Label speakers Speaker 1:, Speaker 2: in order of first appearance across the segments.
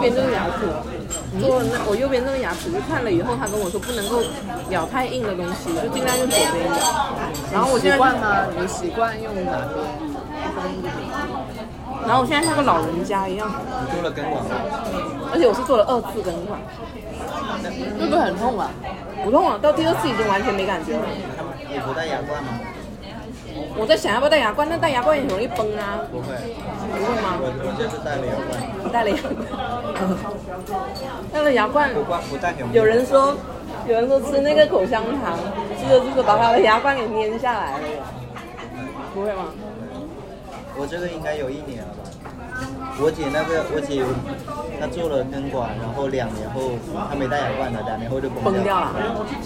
Speaker 1: 边那个雅普，坐那我右边那个雅普，就看了以后，他跟我说不能够咬太硬的东西，就尽量用左边咬。然后我现
Speaker 2: 习
Speaker 1: 在
Speaker 2: 惯吗？你习惯用哪边？
Speaker 1: 然后我现在像个老人家一样，
Speaker 3: 你做了根管吗？
Speaker 1: 而且我是做呃了二次根管，
Speaker 2: 会不会很痛啊？
Speaker 1: 不痛了，到第二次已经完全没感觉了。
Speaker 3: 他们你不戴牙冠吗？
Speaker 1: 我在想要不要戴牙冠，但戴牙冠也很容易崩啊，
Speaker 3: 不会，
Speaker 1: 不会吗
Speaker 3: 我？我这是戴了牙冠，
Speaker 1: 戴了牙冠，戴了牙冠，
Speaker 3: 不挂不戴有
Speaker 1: 有人说，有人说吃那个口香糖，吃着吃着把他的牙冠给粘下来了，不会吗？
Speaker 3: 我这个应该有一年了吧？我姐那个，我姐她做了根管，然后两年后她没戴牙冠了，两年后就崩
Speaker 1: 崩
Speaker 3: 掉
Speaker 1: 掉
Speaker 3: 了。
Speaker 1: 了，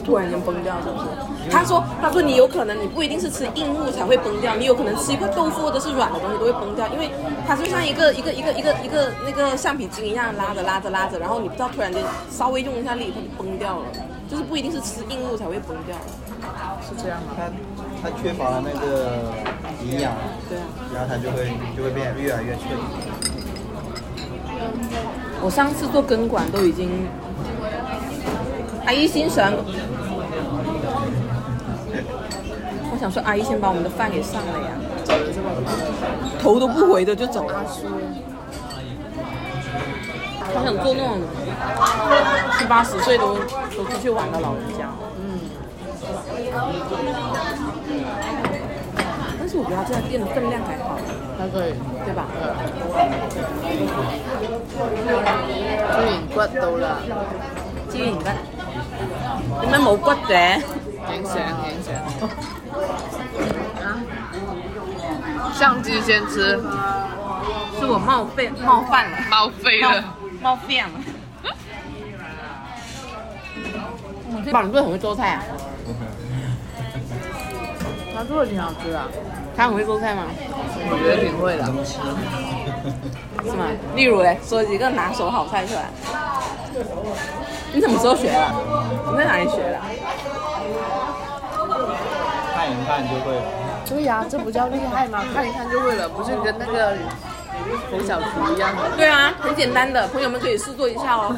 Speaker 1: 突然间崩掉是不是？他说，他说你有可能你不一定是吃硬物才会崩掉，你有可能吃一块豆腐或者是软的东西都会崩掉，因为它就像一个一个一个一个一个那个橡皮筋一样拉着拉着拉着，然后你不知道突然间稍微用一下力它就崩掉了，就是不一定是吃硬物才会崩掉
Speaker 2: 是这样吗？
Speaker 3: 她她缺乏了那个营养，
Speaker 1: 对啊。
Speaker 3: 然后她就会就会变得越来越脆。
Speaker 1: 我上次做根管都已经，阿姨先想，我想说阿姨先把我们的饭给上了呀，头都不回的就走了。好想做那种七八十岁都都出去玩的老人家。嗯。但是我觉得他这家店的分量还好，
Speaker 2: 还可以。
Speaker 1: 对吧？
Speaker 2: 雖然骨到啦，
Speaker 1: 既然而家點解冇骨嘅？
Speaker 2: 影相影相。啊！相机先吃，
Speaker 1: 是我冒犯冒犯了，
Speaker 2: 猫飞了。
Speaker 1: 冒犯 了。这宝，你不是很会做菜啊？
Speaker 2: 他做的挺好吃啊，
Speaker 1: 他很会做菜吗？
Speaker 2: 我觉得挺会的。
Speaker 1: 是吗？例如嘞，说几个拿手好菜出来。你什么时候学的？你在哪里学的？
Speaker 3: 看一看就会了。
Speaker 2: 对呀、这不叫厉害吗？看一看就会了，不是跟那个冯小厨一样吗？
Speaker 1: 对啊，很简单的，朋友们可以试做一下哦。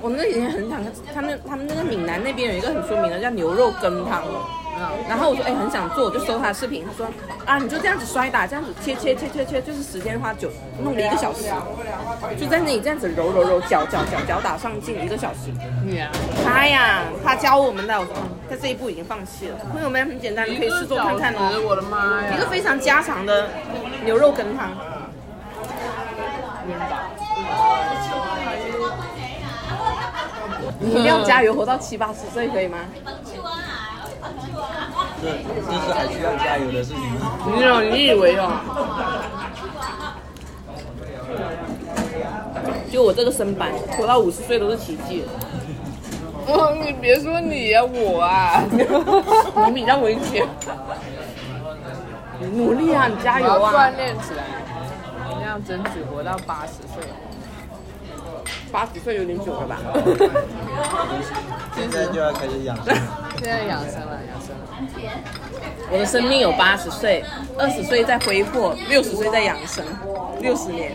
Speaker 1: 我那以前很想，他们他们那个闽南那边有一个很出名的叫牛肉羹汤，哦然后我说哎、很想做，我就搜他的视频，他说啊你就这样子摔打，这样子切切切切切，就是时间花久，弄了一个小时，就在那里这样子揉揉揉，搅搅搅搅打上劲一个小时。
Speaker 2: 你啊，
Speaker 1: 他呀，他教我们的，我说嗯他这一步已经放弃了。朋友们很简单，你可以试做看看哦。
Speaker 2: 我的妈呀！
Speaker 1: 一个非常家常的牛肉羹汤。
Speaker 2: 嗯
Speaker 1: 你一定要加油活到七八十岁，可以吗？
Speaker 3: 这这是还需要加油的事情吗？
Speaker 2: 你有你以为哦？
Speaker 1: 就我这个身板，活到五十岁都是奇 迹了。
Speaker 2: 哦，你别说你呀、我啊，
Speaker 1: 你比较危险。你努力啊，你加
Speaker 2: 我
Speaker 1: 油
Speaker 2: 要
Speaker 1: 啊
Speaker 2: 锻！炼起来，我们要争取活到八十岁。
Speaker 1: 八十岁有点久了 吧？
Speaker 3: 现在就要开始养生。
Speaker 2: 现在养生了，养生了。
Speaker 1: 我的生命有八十岁，二十岁在挥霍，六十岁在养生，六十年。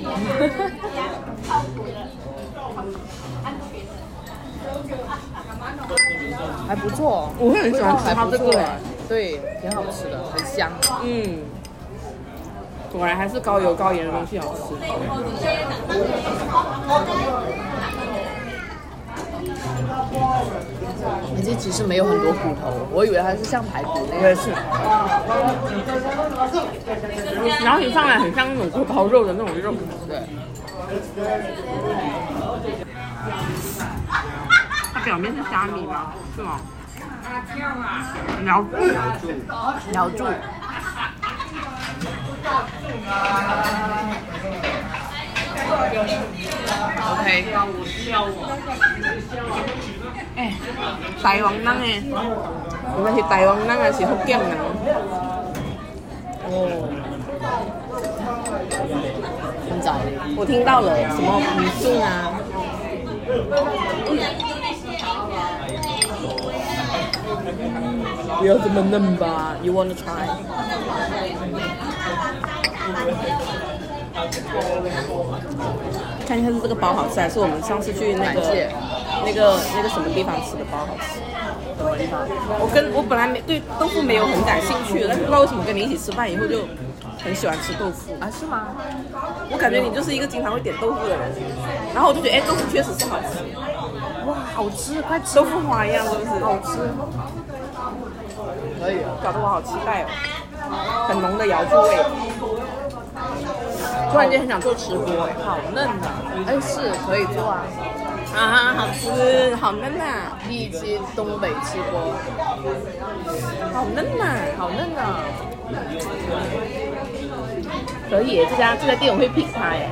Speaker 2: 还不错哦，
Speaker 1: 我会很喜欢吃
Speaker 2: 味道还
Speaker 1: 它
Speaker 2: 不错
Speaker 1: 这个
Speaker 2: 哎对，挺好吃的，很香。
Speaker 1: 嗯，果然还是高油高盐的东西好吃。
Speaker 2: 而且其实没有很多骨头，我以为它是像排骨那
Speaker 1: 也
Speaker 2: 样。啊
Speaker 1: 是。然后你上来很像那种锅包肉的那种肉，
Speaker 2: 对，
Speaker 1: 它表面是虾米吗？是吗？咬住，
Speaker 2: 咬住。OK，
Speaker 1: 哎，大王人诶，原来是大王人还是福建人？
Speaker 2: 很早。
Speaker 1: 我听到了什么米线啊？不要这么嫩吧，You wanna try？看一下是这个包好吃，还是我们上次去那个
Speaker 2: 感谢
Speaker 1: 那个那个什么地方吃的包好吃？
Speaker 2: 什么地方？
Speaker 1: 我跟我本来没对豆腐没有很感兴趣，但是不知道为什么跟你一起吃饭以后就很喜欢吃豆腐。
Speaker 2: 啊，是吗？
Speaker 1: 我感觉你就是一个经常会点豆腐的人，然后我就觉得哎，豆腐确实是好吃，
Speaker 2: 哇，好吃，快吃！
Speaker 1: 豆腐花一样是不是？
Speaker 2: 好吃，
Speaker 3: 可以啊，
Speaker 1: 搞得我好期待哦，很浓的瑶柱味。突然间很想做吃播哎，好嫩啊！
Speaker 2: 哎，是可以做啊。
Speaker 1: 啊，好吃，好嫩呐、
Speaker 2: 第一期东北吃播，
Speaker 1: 好嫩呐、
Speaker 2: 好嫩啊！
Speaker 1: 可以耶，这家这家店我会 pick 它哎。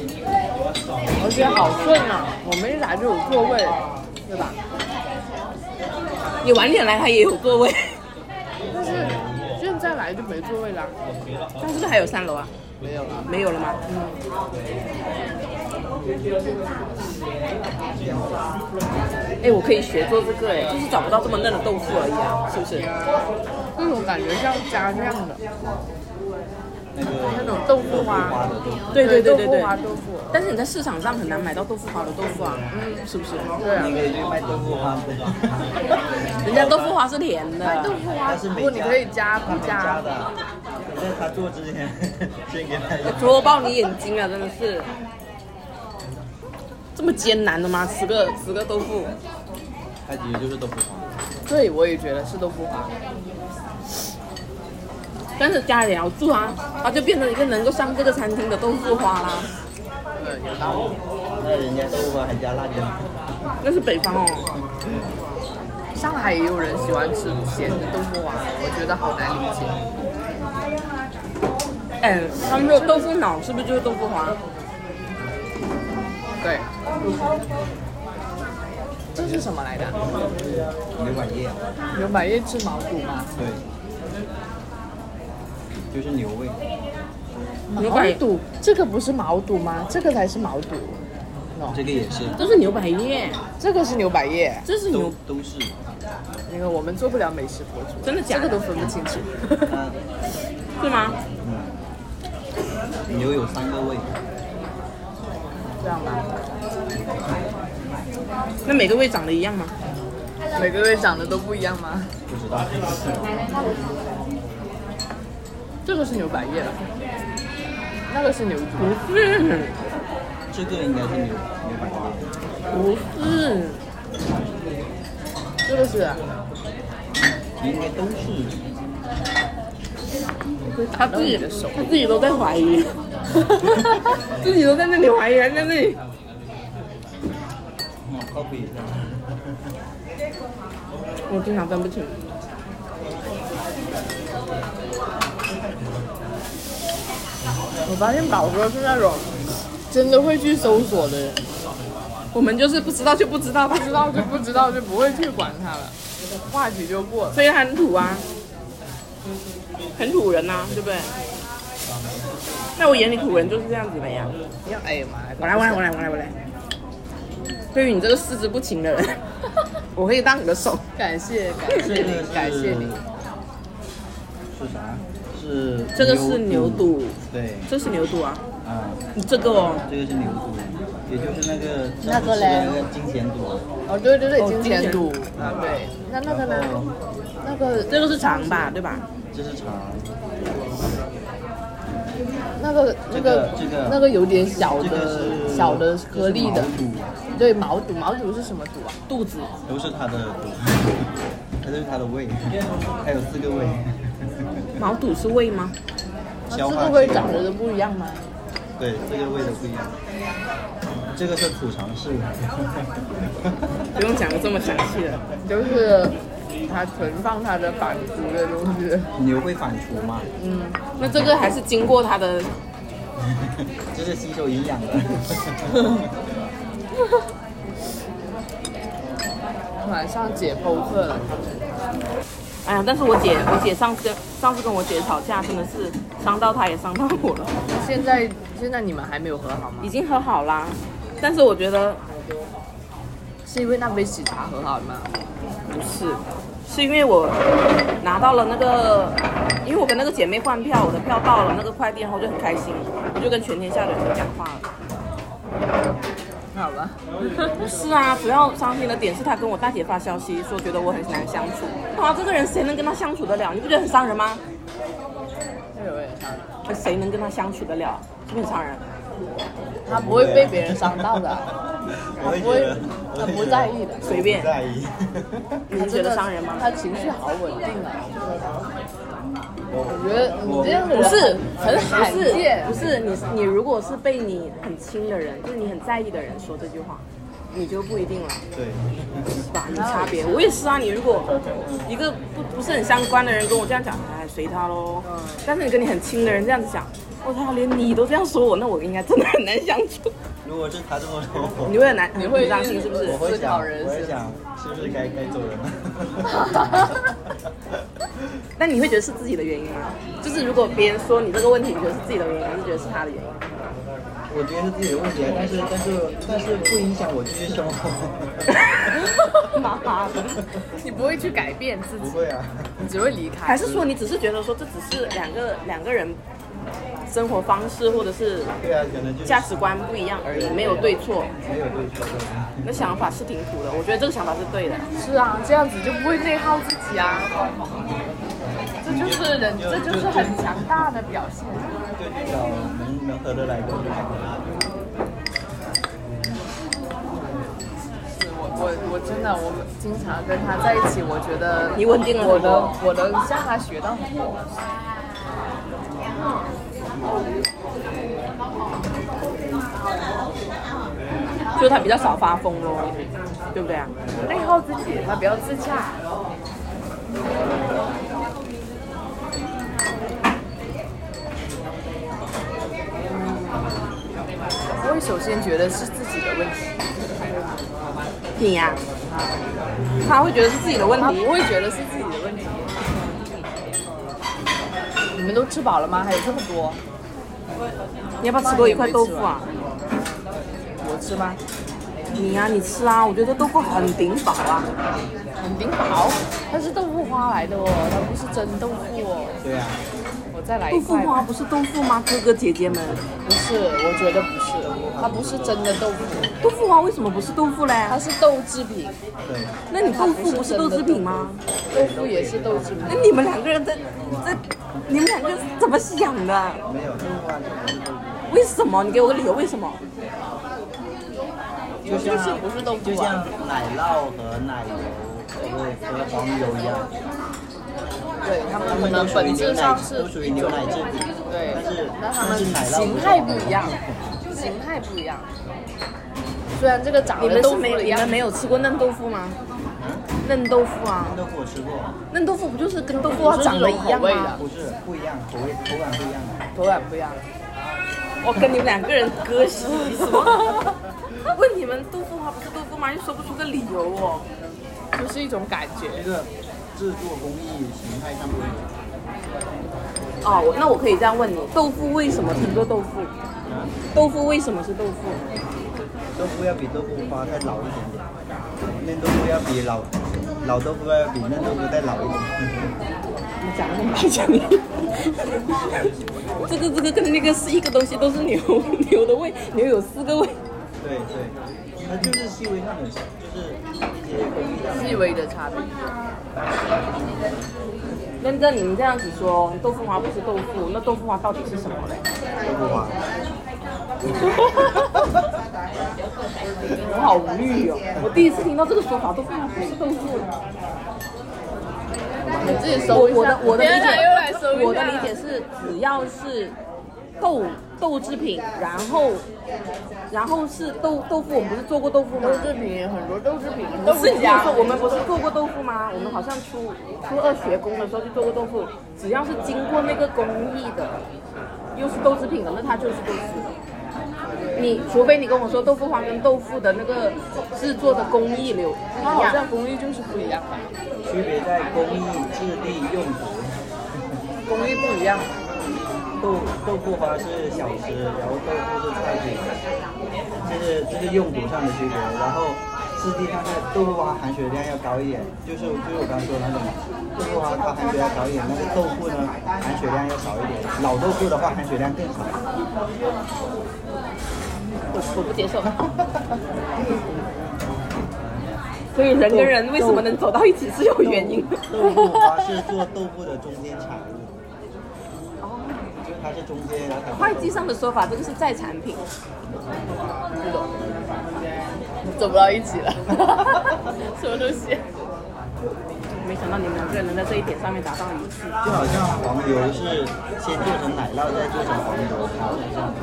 Speaker 2: 而且好顺啊，我们一打就有座位，对吧？
Speaker 1: 你晚点来它也有座位，
Speaker 2: 但是现在来就没座位啦。
Speaker 1: 它是不是还有三楼啊？
Speaker 3: 没有了。
Speaker 1: 没有了吗？嗯。哎，我可以学做这个哎，就是找不到这么嫩的豆腐而已啊，是不是？
Speaker 2: 那种感觉像家酿的，
Speaker 3: 那个
Speaker 2: 那种豆腐
Speaker 3: 花
Speaker 2: 花，
Speaker 3: 的豆腐，
Speaker 1: 对对对对对
Speaker 2: 豆腐。花豆腐，
Speaker 1: 但是你在市场上很难买到豆腐花的豆腐啊，嗯，是不是？
Speaker 2: 对啊
Speaker 3: 你。可以去卖豆腐花的，
Speaker 1: 人家豆腐花是甜
Speaker 2: 卖
Speaker 1: 的
Speaker 2: 豆，腐花，
Speaker 3: 但是
Speaker 2: 不
Speaker 3: 没
Speaker 2: 过你可以加
Speaker 3: 他
Speaker 2: 不
Speaker 3: 没加
Speaker 2: 加？
Speaker 3: 的。你在他做之前，先给他一个。
Speaker 1: 戳爆你眼睛啊！真的是这么艰难的吗？吃个吃个豆腐，
Speaker 3: 它其实就是嗯豆腐花。
Speaker 2: 对，我也觉得是豆腐花。
Speaker 1: 但是加了瑶柱啊，它就变成一个能够上这个餐厅的豆腐花啦。
Speaker 2: 嗯，有道理。
Speaker 3: 那人家豆腐花还加辣椒，
Speaker 1: 那是北方哦，
Speaker 2: 上海也有人喜欢吃咸的豆腐花，啊我觉得好难理解。
Speaker 1: 哎，他们说豆腐脑是不是就是豆腐花？
Speaker 2: 对，这是什么来的？
Speaker 3: 牛百叶啊。
Speaker 2: 牛百叶吃毛肚吗？
Speaker 3: 对。就是牛味，
Speaker 1: 牛百
Speaker 2: 毛肚，这个不是毛肚吗？这个才是毛肚。喏，
Speaker 3: 这个也是，
Speaker 1: 这是牛百叶，
Speaker 2: 这个是牛百叶。
Speaker 1: 这是
Speaker 3: 都
Speaker 1: 牛，
Speaker 3: 都是。
Speaker 2: 那个我们做不了美食博主，
Speaker 1: 真的假
Speaker 2: 这个
Speaker 1: 的
Speaker 2: 都分不清楚。
Speaker 3: 它
Speaker 1: 是吗？
Speaker 3: 嗯，牛有三个味，
Speaker 2: 这样吧，
Speaker 1: 那每个味长得一样吗？
Speaker 2: 每个月长得都不一样吗？
Speaker 3: 不知道。
Speaker 2: 这个是牛百叶了，那个是牛肚。
Speaker 1: 不是，
Speaker 3: 这个应该是牛牛百叶，
Speaker 1: 不是，
Speaker 2: 这个是，
Speaker 3: 应该都是。
Speaker 1: 他自己的手，他自己都在怀疑， 自己都在那里怀疑，还在那里。
Speaker 3: 嗯，靠谱一下。
Speaker 1: 我经常分不清。
Speaker 2: 我发现宝哥是那种真的会去搜索的人，
Speaker 1: 我们就是不知道就不知道吧
Speaker 2: 不，知道就不知道，就不会去管他了，话题就过了。
Speaker 1: 所以他很土啊，很土人呐、啊对不对？在我眼里，土人就是这样子的呀。
Speaker 2: 要哎呀妈呀！
Speaker 1: 我来，我来，我来，我来，我来。对于你这个四肢不勤的人， 我可以当你的手。
Speaker 2: 感谢感谢
Speaker 3: 这个
Speaker 2: 你，
Speaker 3: 是
Speaker 2: 感谢你。
Speaker 3: 是啥？是
Speaker 1: 这个是牛肚，
Speaker 3: 对，
Speaker 1: 这是牛肚啊，
Speaker 3: 啊，
Speaker 1: 你这个哦，
Speaker 3: 这个是牛肚，也就是那个
Speaker 2: 那个
Speaker 3: 吃
Speaker 2: 嘞
Speaker 3: 的那个金钱肚，啊
Speaker 2: 哦，对对对，
Speaker 1: 哦
Speaker 2: 金
Speaker 1: 金
Speaker 2: 钱
Speaker 1: 钱
Speaker 2: 肚啊，对。那那个
Speaker 3: 然后
Speaker 2: 呢？那个
Speaker 1: 这个是肠吧，对吧？
Speaker 3: 这是肠，
Speaker 2: 那个那个
Speaker 3: 这个这个
Speaker 2: 那个有点小
Speaker 3: 这个
Speaker 2: 的
Speaker 3: 是
Speaker 2: 小的颗粒的
Speaker 3: 这，是毛
Speaker 2: 对毛肚，毛肚是什么肚啊？
Speaker 1: 肚子，
Speaker 3: 肚都是它的肚， 它就是它的胃， 还有四个胃，
Speaker 2: 啊
Speaker 1: 毛肚是胃吗？
Speaker 2: 那
Speaker 3: 消
Speaker 2: 这
Speaker 3: 化
Speaker 2: 个
Speaker 3: 器
Speaker 2: 会长得都不一样吗？
Speaker 3: 对，四个胃的不一样。这个是储藏室，
Speaker 1: 不用讲的这么详细了。
Speaker 2: 就是它存放它的反毒的东西。
Speaker 3: 牛会反刍嘛，
Speaker 2: 嗯，
Speaker 1: 那这个还是经过他的，
Speaker 3: 这是吸收营养 的。
Speaker 2: 晚上解剖课了，
Speaker 1: 哎呀，但是我姐，我姐上次跟上次跟我姐吵架，真的是伤到她也伤到我了。
Speaker 2: 现在现在你们还没有和好吗？
Speaker 1: 已经和好啦，但是我觉得
Speaker 2: 是因为那杯喜茶很好吗？
Speaker 1: 不是，是因为我拿到了那个，因为我跟那个姐妹换票，我的票到了那个快递，然后我就很开心，我就跟全天下的人讲话了。
Speaker 2: 好吧，
Speaker 1: 不是啊，主要伤心的点是他跟我大姐发消息说觉得我很难相处，哇，这个人谁能跟他相处得了？你不觉得很伤人吗？
Speaker 2: 那有点伤人，
Speaker 1: 谁能跟他相处得了？是不是很伤人？
Speaker 2: 他不会被别人伤到的，
Speaker 3: 我会觉得，我会觉
Speaker 2: 他不
Speaker 3: 得
Speaker 2: 在意的
Speaker 1: 随便
Speaker 3: 不在意。
Speaker 1: 你
Speaker 2: 他
Speaker 1: 是觉
Speaker 2: 真
Speaker 1: 得
Speaker 2: 的
Speaker 1: 伤人吗？
Speaker 2: 他情绪好稳定啊，
Speaker 3: 我
Speaker 2: 我觉得你这样的
Speaker 1: 不
Speaker 2: 人
Speaker 1: 是，
Speaker 2: 很罕
Speaker 1: 不是
Speaker 2: 见
Speaker 1: 不。是你，你如果是被你很亲的人，就是你很在意的人说这句话，你就不一定了，
Speaker 3: 对，
Speaker 1: 是吧？有差别。我也是啊，你如果一个不不是很相关的人跟我这样讲，哎，随他喽。
Speaker 2: 嗯
Speaker 1: 但是你跟你很亲的人这样子讲，我操，连你都这样说我，那我应该真的很难相处。
Speaker 3: 如果是他这么说我，
Speaker 1: 你会很难，
Speaker 2: 你会
Speaker 1: 很伤心是不是
Speaker 3: 我？会
Speaker 2: 思考
Speaker 3: 想，
Speaker 2: 人
Speaker 3: 我会
Speaker 2: 生
Speaker 3: 想，是不是该该走人了？
Speaker 1: 那你会觉得是自己的原因吗？就是如果别人说你这个问题，你觉得是自己的原因，还是觉得是他的原因？
Speaker 3: 我觉得是自己的问题，啊，但是但是但是不影响我继续生活。
Speaker 1: 妈妈的
Speaker 2: 你不会去改变自
Speaker 3: 不
Speaker 2: 己，
Speaker 3: 会啊，
Speaker 2: 你只会离开
Speaker 1: 还。是说你只是觉得说这只是两个两个人生活方式或者是
Speaker 3: 对啊，可能就是
Speaker 1: 价值观不一样而已，没有对错。
Speaker 3: 没有对错的。
Speaker 1: 你的想法是挺土的，我觉得这个想法是对的。
Speaker 2: 是啊，这样子就不会内耗自己啊。这就是人，这就是很强大的表现。
Speaker 3: 就至少能能合得来沟通。
Speaker 2: 是我我我真的我经常跟他在一起，我觉得
Speaker 1: 你稳定了
Speaker 2: 我
Speaker 1: 很多
Speaker 2: 能我能向他学到很多。
Speaker 1: 就是他比较少发疯咯，对不对啊？
Speaker 2: 不内耗自己，他不要自洽。我会首先觉得是自己的问题，
Speaker 1: 你呀、啊他会觉得是自己的问
Speaker 2: 他
Speaker 1: 题
Speaker 2: 不。会觉得是自己的问题。你们都吃饱了吗？还有这么多，
Speaker 1: 你要不要吃多一块豆腐啊？
Speaker 2: 我吃吗？
Speaker 1: 你呀、你吃啊！我觉得豆腐很顶饱啊。
Speaker 2: 肯定好，它是豆腐花来的哦，它不是真豆腐哦。
Speaker 3: 对啊，
Speaker 2: 我再来
Speaker 1: 豆
Speaker 2: 一
Speaker 1: 腐
Speaker 2: 块吧。
Speaker 1: 花不是豆腐吗？哥哥姐姐们，
Speaker 2: 不是，我觉得不是，它不是真的豆腐，
Speaker 1: 豆腐花为什么不是豆腐嘞？
Speaker 2: 它是豆制品。
Speaker 3: 对，
Speaker 1: 那你豆腐不是豆制品吗？
Speaker 2: 豆腐也是豆制品，
Speaker 1: 那你们两个人在在，你们两个是怎么想的？
Speaker 3: 没有的话就是
Speaker 1: 为什么？你给我个理由，为什么？
Speaker 3: 就
Speaker 2: 就
Speaker 3: 像
Speaker 2: 是不是豆
Speaker 3: 就
Speaker 2: 腐啊？
Speaker 3: 像奶酪和奶油和和黄油一样，
Speaker 2: 对，它们
Speaker 3: 它
Speaker 2: 可
Speaker 3: 们都
Speaker 2: 能
Speaker 3: 属于
Speaker 2: 本
Speaker 3: 牛
Speaker 2: 质
Speaker 3: 奶
Speaker 2: 上，是
Speaker 3: 都属于牛奶制品，
Speaker 2: 对
Speaker 3: 但是，
Speaker 2: 但它
Speaker 3: 但
Speaker 2: 们
Speaker 3: 是奶酪
Speaker 2: 形态不一样，形态不一样。虽然这个长
Speaker 1: 你
Speaker 2: 得
Speaker 1: 们
Speaker 2: 豆
Speaker 1: 是
Speaker 2: 腐
Speaker 1: 没
Speaker 2: 一
Speaker 1: 你
Speaker 2: 样
Speaker 1: 们，没有吃过嫩豆腐吗？嫩豆腐啊，
Speaker 3: 豆腐我吃过，
Speaker 1: 嫩豆腐不就是跟豆腐花长得一样
Speaker 2: 不是那种口味
Speaker 1: 吗
Speaker 2: 的？
Speaker 3: 不是不一样，口味口感不一样的。
Speaker 2: 口感不一样。
Speaker 1: 我跟你们两个人割席，什么？ 问你们豆腐花不是豆腐吗？又说不出个理由哦。
Speaker 2: 就是一种感觉
Speaker 3: 这，个制作工艺形态上不一样。
Speaker 1: 哦，我那我可以这样问你，豆腐为什么称作豆腐？豆腐为什么是豆腐？
Speaker 3: 豆腐要比豆腐花再老一点点，嫩豆腐要比老老豆腐要比嫩豆腐再老一点。
Speaker 1: 你讲那么白 讲，这个这个跟那个是一个东西，都是牛牛的胃，牛有四个胃。
Speaker 3: 对对，它就是细微上的，就是一些工艺上的。
Speaker 2: 细微的差别。
Speaker 1: 那那你们这样子说，豆腐花不是豆腐，那豆腐花到底是什么嘞？
Speaker 3: 豆腐花，
Speaker 1: 我好无语哦，我第一次听到这个说法，豆腐花不是豆腐。
Speaker 2: 你自己
Speaker 1: 我
Speaker 2: 搜一下。
Speaker 1: 我的我的理
Speaker 2: 天哪又来
Speaker 1: 解
Speaker 2: 搜一，下
Speaker 1: 我的理解是，只要是豆豆制品，然后然后是豆豆腐，我们不是做过豆腐吗
Speaker 2: 豆？制品很多，豆制品
Speaker 1: 不
Speaker 2: 豆
Speaker 1: 是
Speaker 2: 腐
Speaker 1: 你跟我
Speaker 2: 家
Speaker 1: 说，我们不是做过豆腐吗？我们好像初初二学工的时候就做过豆腐，只要是经过那个工艺的，又是豆制品的，那它就是豆腐。你除非你跟我说豆腐花跟豆腐的那个制作的工艺流
Speaker 2: 它
Speaker 1: 一
Speaker 2: 好
Speaker 1: 样，
Speaker 2: 像工艺就是不一样吧，
Speaker 3: 区别在工艺、质地、用途。
Speaker 2: 工艺不一样。
Speaker 3: 豆豆腐花是小吃，然后豆腐是菜品，这是这是用途上的区别。然后湿地它的豆腐花含水量要高一点，就是就是我刚说的那种豆腐花它含水量高一点，那个豆腐呢含水量要少一点，老豆腐的话含水量更少。
Speaker 1: 我我不接 受。所以人跟人为什么能走到一起是有原因的。
Speaker 3: 豆腐花是做豆腐的中间产物，就是它是中间，然后它
Speaker 1: 会计上的说法，这个是再产品。
Speaker 2: 不懂，走不到一 起了，什么东西？
Speaker 1: 没想到你们两个人能在这一点上面达到一致。
Speaker 3: 就好像黄油是先做成奶酪，再做成黄油，是这样的。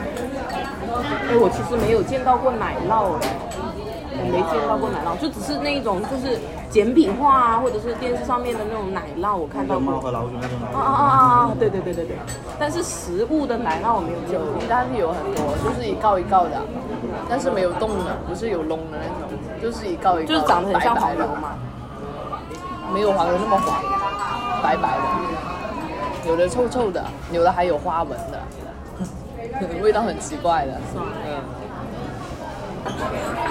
Speaker 1: 哎，我其实没有见到过奶酪哎，我没见到过奶酪，就只是那一种就是简笔画啊，或者是电视上面的那种奶酪，我看到
Speaker 3: 有猫
Speaker 1: 过。
Speaker 3: 和老鼠那种奶
Speaker 1: 啊
Speaker 3: 酪。
Speaker 1: 啊啊啊！对对对对对，但是食物的奶酪我没有见
Speaker 2: 有
Speaker 1: 过。，
Speaker 2: 但是有很多，就是一告一告的，但是没有洞的，不是有窿的那种，就是一告一告的，
Speaker 1: 就是长得很像
Speaker 2: 白
Speaker 1: 黄
Speaker 2: 白的
Speaker 1: 油，嘛，
Speaker 2: 没有黄油那么黄，白白的，有的臭臭的，有的还有花纹 的，味道很奇怪的。
Speaker 1: 是吗？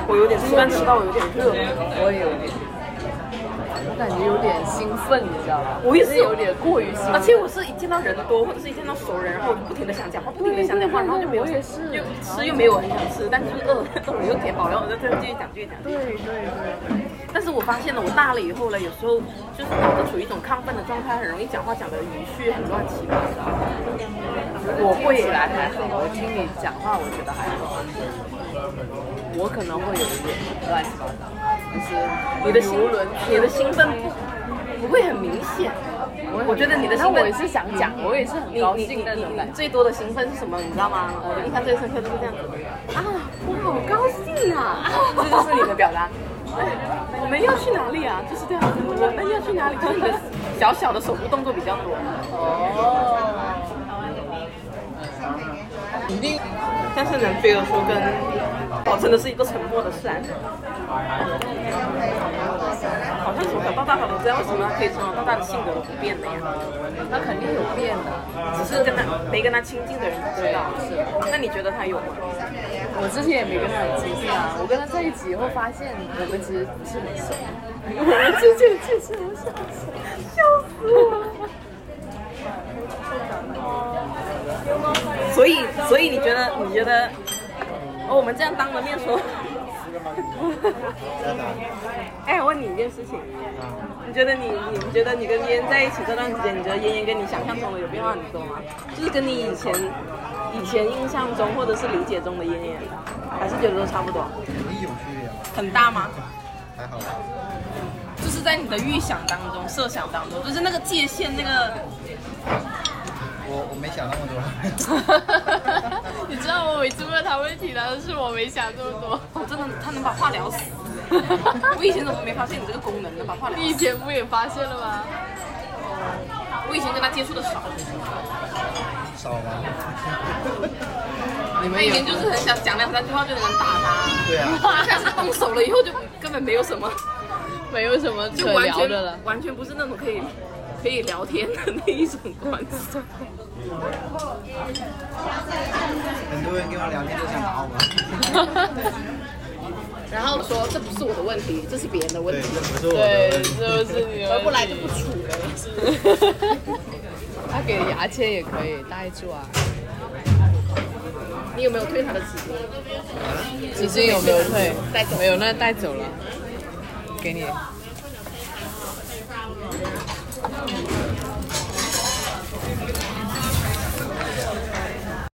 Speaker 1: 我有点突然吃到，我有点热。
Speaker 2: 我也有点，我感觉有点兴奋，你知道吗？
Speaker 1: 我也是
Speaker 2: 有点过于兴奋，
Speaker 1: 而且我是一见到人多，或者是一见到熟人，然后我就不停的想讲话，不停的想讲话，然后就没有
Speaker 2: 我也是
Speaker 1: 又吃又没有很想吃，但就是饿， 饿又填饱，然后我就这样继续讲，继续讲。
Speaker 2: 对对对，
Speaker 1: 但是我发现了，我大了以后呢，有时候就是脑子处于一种亢奋的状态，很容易讲话讲的语序很乱七八糟。
Speaker 2: 我会起来还好，我听你讲话我觉得还好，我可能会有一点乱七八糟，就是
Speaker 1: 你的兴
Speaker 2: 语无伦
Speaker 1: 你的兴奋不不会很明显。
Speaker 2: 我
Speaker 1: 我觉得你的兴嗯
Speaker 2: 但
Speaker 1: 奋，
Speaker 2: 我也是想讲，我也是很
Speaker 1: 你
Speaker 2: 高
Speaker 1: 你你
Speaker 2: 兴那种
Speaker 1: 你
Speaker 2: 感
Speaker 1: 你
Speaker 2: 觉。
Speaker 1: 最多的兴奋是什么？你知道吗？呃，印象最深刻就是这样子啊，我好高兴 啊！
Speaker 2: 这就是你的表达，
Speaker 1: 我们要去哪里啊？就是这样子，我们要去哪里？就是你的小小的手部动作比较多。哦
Speaker 2: 一定
Speaker 1: 但是能 feel 出跟哦，真的是一个沉默的山。好像从小到大，好多不知道为什么他可以从小到大的性格都不变的呀，
Speaker 2: 他肯定有变的。
Speaker 1: 只是跟他没跟他亲近的人不知道。
Speaker 2: 是
Speaker 1: 那你觉得他有吗？
Speaker 2: 我之前也没跟他很亲近啊，我跟他在一起以后发现，我们其实是很熟。我们之前其实很熟，笑死我！
Speaker 1: 所以，所以你觉得，你觉得，哦，我们这样当着面说，
Speaker 3: 在哪？
Speaker 1: 哎，我问你一件事情，你觉得你，你觉得你跟嫣在一起这段时间，你觉得嫣嫣跟你想象中的有变化很多吗？就是跟你以前以前印象中或者是理解中的嫣嫣，还是觉得都差不多？
Speaker 3: 肯定有区别嘛，
Speaker 1: 很大吗？
Speaker 3: 还好吧。
Speaker 1: 就是在你的预想当中、设想当中，就是那个界限，那个
Speaker 3: 我我没想那么 多。
Speaker 2: 你知道我每次问他问题，他都是我没想这么多。
Speaker 1: 我哦真的他能把话聊 死。我以前怎么没发现你这个功能能把话聊
Speaker 2: 你以
Speaker 1: 死？哦
Speaker 2: 前不也发现了吗？
Speaker 1: 我以前跟他接触的少，
Speaker 3: 少吗？
Speaker 2: 你
Speaker 1: 我
Speaker 2: 们
Speaker 1: 以
Speaker 2: 有
Speaker 1: 前就是很想讲两三句话就能打他，
Speaker 3: 对 啊，
Speaker 1: 但是动手了以后就根本没有什么，
Speaker 2: 没有什么
Speaker 1: 就
Speaker 2: 可
Speaker 1: 完
Speaker 2: 聊的了
Speaker 1: 全。完全不是那种可以可以聊天的那一种关 系。
Speaker 3: 很多人跟我聊天都想打我。
Speaker 1: 然后说这不是我的问题，这是别人的问
Speaker 3: 对，
Speaker 1: 题，
Speaker 3: 这不是我
Speaker 2: 对，
Speaker 3: 的。
Speaker 2: 就是你
Speaker 1: 合
Speaker 2: 们
Speaker 1: 不来就不 处了。
Speaker 2: 他给牙签也可以戴住啊。
Speaker 1: 你有没有退他的纸巾？
Speaker 2: 纸巾有没有退？带走没有，那带走了，给你。